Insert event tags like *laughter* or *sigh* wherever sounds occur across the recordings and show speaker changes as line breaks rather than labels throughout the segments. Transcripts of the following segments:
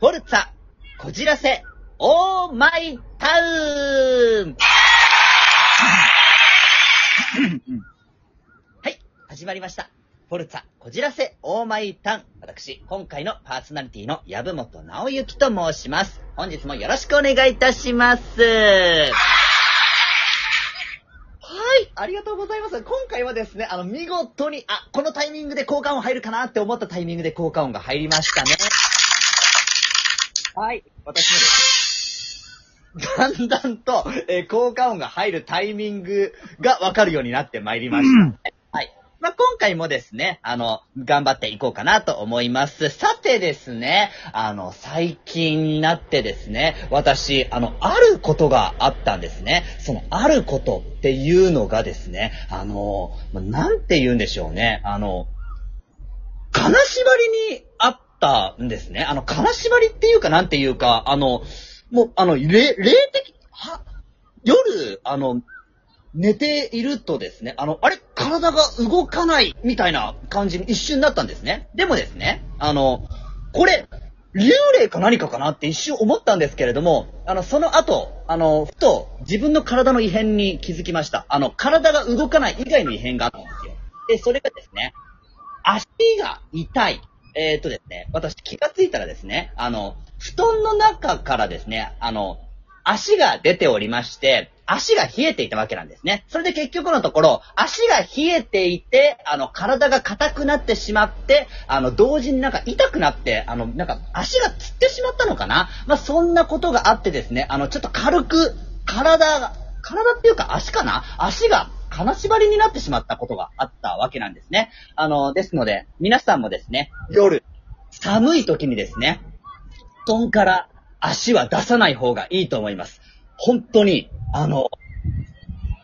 フォルツァ、こじらせ、オーマイタウンはい、始まりました。フォルツァ、こじらせ、オーマイタウン。私、今回のパーソナリティの籔本直之と申します。本日もよろしくお願いいたします。はい、ありがとうございます。今回はですね、あの、見事に、あ、このタイミングで効果音入るかなって思ったタイミングで効果音が入りましたね。はい、私もです。だんだんと、えー効果音が入るタイミングがわかるようになってまいりました。はい。まあ、今回もですね、あの、頑張っていこうかなと思います。さてですね、あの、最近になってですね、私、あの、あることがあったんですね。その、あることっていうのがですね、あの、まあなんて言うんでしょうね、あの、金縛りにあったんですね。あの、金縛りっていうか、なんていうか、あの、もう、あの、霊、霊的、は、夜、あの、寝ているとですね、あの、あれ体が動かないみたいな感じに一瞬なったんですね。でもですね、あの、これ、幽霊か何かかなって一瞬思ったんですけれども、あの、その後、あの、ふと自分の体の異変に気づきました。あの、体が動かない以外の異変があったんですよ。で、それがですね、足が痛い。えーっとですね、私気がついたらですね、あの、布団の中からですね、あの、足が出ておりまして、足が冷えていたわけなんですね。それで結局のところ、足が冷えていて、あの、体が硬くなってしまって、あの、同時になんか痛くなって、あの、なんか足がつってしまったのかなまあ、そんなことがあってですね、あの、ちょっと軽く、体が、体っていうか足かな足が金縛りになってしまったことがあったわけなんですね。あの、ですので、皆さんもですね、夜、寒い時にですね、布団から足は出さない方がいいと思います。本当に、あの、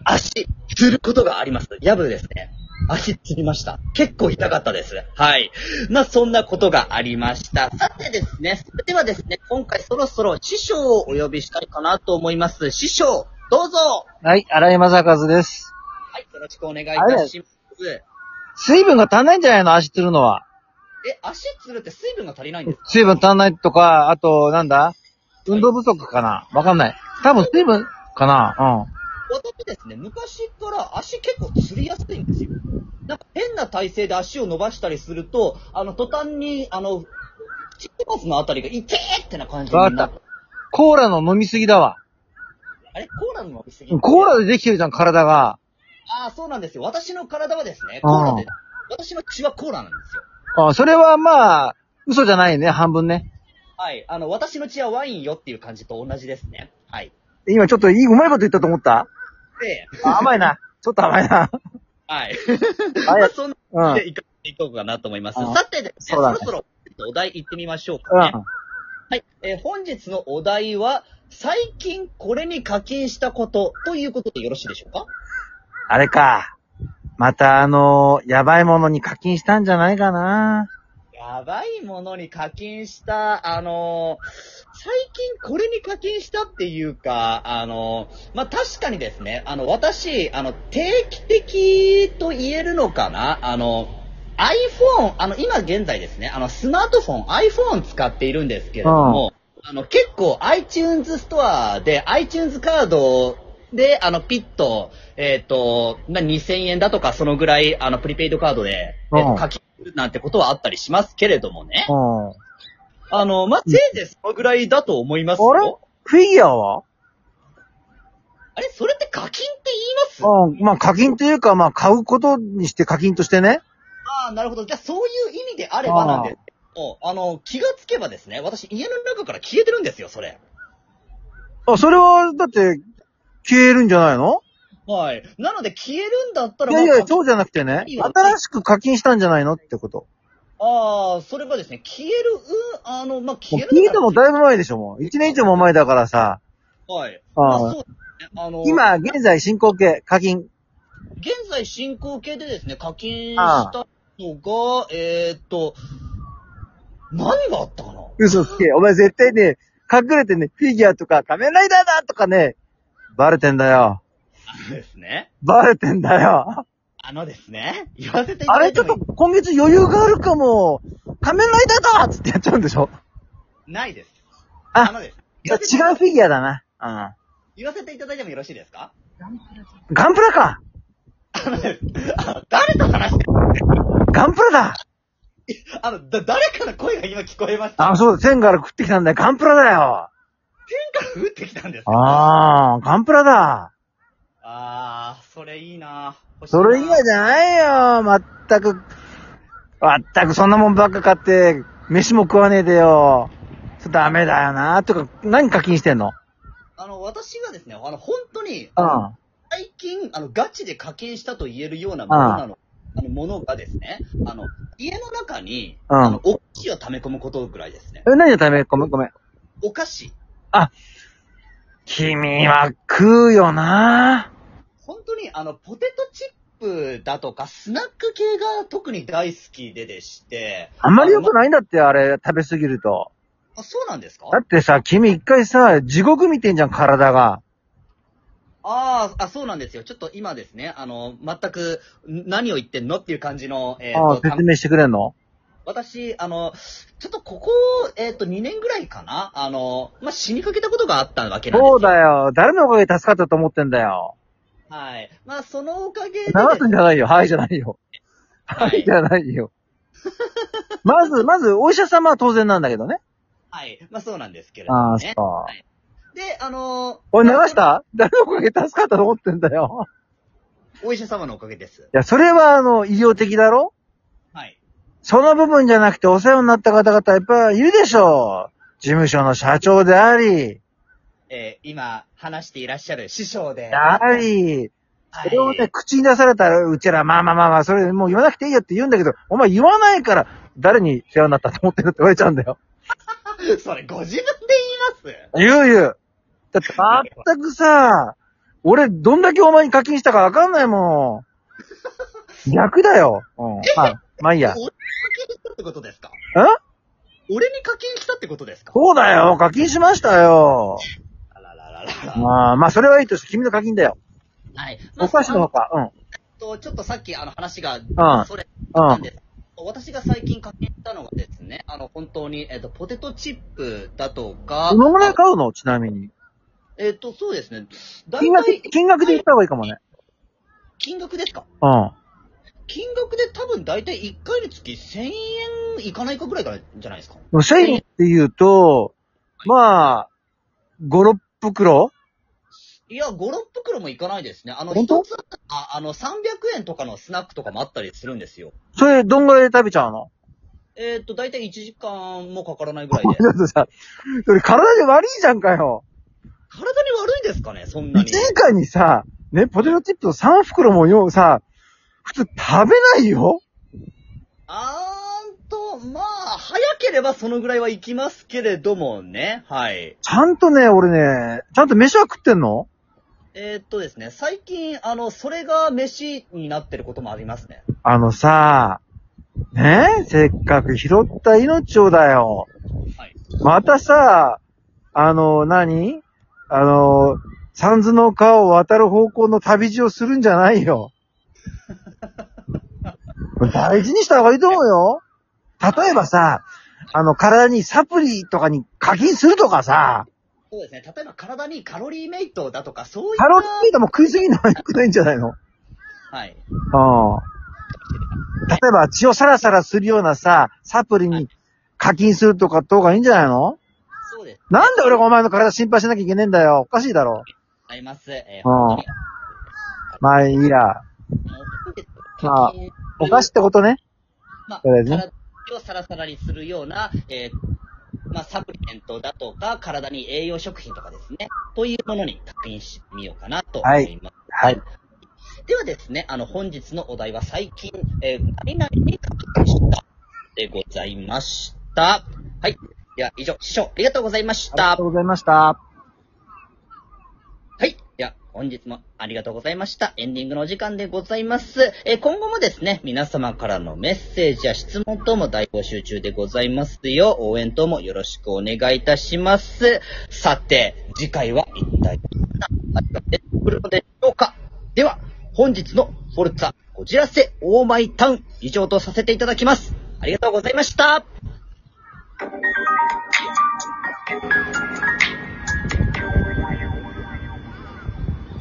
足、つることがあります。やぶですね。足つりました。結構痛かったです。はい。まあ、そんなことがありました。さてですね、それではですね、今回そろそろ師匠をお呼びしたいかなと思います。師匠、どうぞ
はい、荒井正和です。
はい、よろしくお願いいたします。
水分が足んないんじゃないの足つるのは。
え、足つるって水分が足りないんですか
水分足んないとか、あと、なんだ運動不足かなわかんない。多分水分かな
私ですね、昔から足結構つりやすいんですよ。なんか変な体勢で足を伸ばしたりすると、あの、途端に、あの、チップスのあたりが痛えってな感じにな
わ
っ
かうん。コーラの飲みすぎだわ。
あれコーラの飲みすぎ
コーラでできてるじゃん、体が。
ああ、そうなんですよ。私の体はですね、
うん
コーラで、私の血はコーラなんですよ。
あそれはまあ、嘘じゃないね、半分ね。
はい。あの、私の血はワインよっていう感じと同じですね。はい。
今ちょっといい、うまいこと言ったと思った
で、
あ甘いな。ちょっと甘いな。
はい。
はい
まあ、そんな
うん。
感
うん
じ。でいかしていこうかなと思います。
うん
さてですね、
そ
そう
だね
ろそろお題行ってみましょうかね。
あ
はい。えー本日のお題は、最近これに課金したことということでよろしいでしょうか
れか。またあのやばいものに課金したんじゃないかな。
やばいものに課金した、あのー最近これに課金したっていうか、あのーまあ、確かにですね、あの、私、あの、定期的と言えるのかなあの、iPhone、あの、今現在ですね、あの、スマートフォン、iPhone 使っているんですけれども、あの、結構 iTunes ストアで iTunes カードで、あの、ピッと、えっ、と、まあ、2000円だとか、そのぐらい、あの、プリペイドカードで、えー
う
と
ん
課金するなんてことはあったりしますけれどもね。
うん。
あの、まあ、せいぜいそのぐらいだと思います
あれ
よ。
フィギュアは
あれそれって課金って言います
うん、まあ課金というか、まあ買うことにして課金としてね。
ああ、なるほど。じゃあ、そういう意味であればなんですけど、あの、気がつけばですね、私、家の中から消えてるんですよ、それ。
あ、それは、だって、消えるんじゃないの
はい。なので、消えるんだったら、
いやい
まあ
や、
課金
そうじゃなくてね
いい、よ
新しく課金したんじゃないのってこと。
ああ、それがですね、消える、うん、あの、まあ、
もう
消えるん
聞い
だ
てもだいぶ前でしょ、もう。一年以上も前だからさ。
はい。まあ、
あ
そう
あ
ですね。あの、
今、現在進行形、課金。
現在進行形でですね、課金したのが、えー、っと、何があったかな
嘘つけ。お前絶対ね、隠れてね、フィギュアとか、仮面ライダーだとかね、バレてんだよ。
そうですね。
バレてんだよ。
あのですね、言わせていた
あ
だ
れ
い
ち
て
ょっ
もい
と
い
今月余裕があるかも。仮面ライダーだっつってやっちゃうんでしょ
ないです。
あ
のです。
いや違うフィギュアだな。うん。
言わせていただいてもよろしいですか *laughs*
ガンプラか
あのです。あ誰と話して
ガンプラだ
あの、だ、誰かの声が今聞こえました。
あ、そうだ、天から食ってきたんだよ。ガンプラだよ。
天から降ってきたんですよ
ああ、ガンプラだ。
あー、それいいな欲しいな
それ以外じゃないよ。まったく、まったくそんなもんばっか買って、飯も食わねえでよ。それダメだよな。とか、何課金してんの
あの、私がですね、あの、本当に、
うん。
最近、あの、ガチで課金したと言えるようなものなの、あの、ものがですね、あの、家の中に、
うん
あの、お菓子を溜め込むことぐらいですね。
え、何を食べごめんごめん。
お菓子。
君は食うよな。
本当に、あの、ポテトチップだとか、スナック系が特に大好きででして。
あんまり良く
い
ないんだって、あれ、食べすぎると。
あ、そうなんですか
だってさ、君一回さ、地獄見てんじゃん、体が。
あーあ、そうなんですよ。ちょっと今ですね、あの、全く、ん何を言ってんのっていう感じの、えっ、
ああ、
と、た
説明してくれんの
私、あの、ちょっとここ、えっ、と、2年ぐらいかなあの、まあ、死にかけたことがあったわけなんです
そ
よ。
うだよ。誰のおかげで助かったと思ってんだよ。
はい。まあ、そのおかげで、
流すんじゃないよ。はいじゃないよ。
は
はい
い
じゃな
*laughs*
いよ。まず、まず、お医者様は当然なんだけどね。
はい。まあ、そうなんですけれど
あ
も
あ、
ね。
そう。
で、あの、
おい、流した誰のおかげで助かったと思ってんだよ。
お医者様のおかげです。
いや、それは、あの、医療的だろ
はい。
その部分じゃなくてお世話になった方々いっぱいいるでしょう。事務所の社長であり、
えー今、話していらっしゃる師匠で。
やはり、
は
そ
い
れをね、口に出されたら、うちら、まあまあまあまあ、それもう言わなくていいよって言うんだけど、お前言わないから、誰に世話になったと思ってるって言われちゃうんだよ。
*laughs* それ、ご自分で言います
*laughs* 言う言う。だって、全くさ、俺、どんだけお前に課金したかわかんないもん。逆だよ。うん。まあ、まあいいや。
俺に課金したってことですか
え
俺に課金したってことですか
そうだよ。課金しましたよ。
あららららら。
まあ、まあ、それはいいとして、君の課金だよ。
はい。まあ
お菓子のほか。うん。
と、ちょっとさっきあの話が、
ん
それ
う
なん
ん。
です。私が最近課金したのがですね、あの、本当に、えっ、と、ポテトチップだとか、
どのぐらい買うのちなみに。
えっ、と、そうですね。大
金額、
体、
金額で言った方がいいかもね。
金額ですか
うん。
金額で多分大体1回につき1000円いかないかぐらいからじゃないですか。
もう1000円って言うと、まあ、5、6袋
いや、5、6袋もいかないですね。あの、
本当
一つあ、あの、300円とかのスナックとかもあったりするんですよ。
それ、どんぐらいで食べちゃうの。
えっ、と、大体1時間もかからないぐらいで
ちょっとさ、それ体で悪いじゃんかよ。
体に悪いですかね、そんな
1
に。
時間にさ、ね、ポテトチップの3袋もよ、さ、普通食べないよ
あーんと、まあ、早ければそのぐらいはいきますけれどもね。はい。
ちゃんとね、俺ね、ちゃんと飯は食ってんの
えーっとですね、最近、あの、それが飯になってることもありますね。
あのさ、ねせっかく拾った命をだよ。
はい。
またさ、あの、何あの、三途の川を渡る方向の旅路をするんじゃないよ。大事にした方がいいと思うよ。例えばさ、あの、体にサプリとかに課金するとかさ、
そうですね、例えば体にカロリーメイトだとか、そういった。
カロリーメイトも食いすぎるのは良くないんじゃないの
はい。
うん。例えば血をサラサラするようなさ、サプリに課金するとかって方がいいんじゃないの
そうです。
なんで俺がお前の体心配しなきゃいけねえんだよ。おかしいだろ。
あります。えー、
うん
本
まあいいや。
当に。
まあ
あの、
お菓子ってことね。
まあ、
とりあえずね
体をサラサラにするような、えーまあ、サプリメントだとか、体に栄養食品とかですね、というものに確認してみようかなと思います。
はい。
ではですね、あの、本日のお題は最近、えー何々に確認したでございました。はい。では、以上、師匠、ありがとうございまし
ありが
た
と。うございました。
はい。では、本日もありがとうございました。エンディングのお時間でございます。えー今後もですね、皆様からのメッセージや質問等も大募集中でございますよ。応援等もよろしくお願いいたします。さて、次回は一体どんな話が出てくるのでしょうかでは、本日のフォルツァ、こじらせ、オーマイタウン、以上とさせていただきます。ありがとうございました。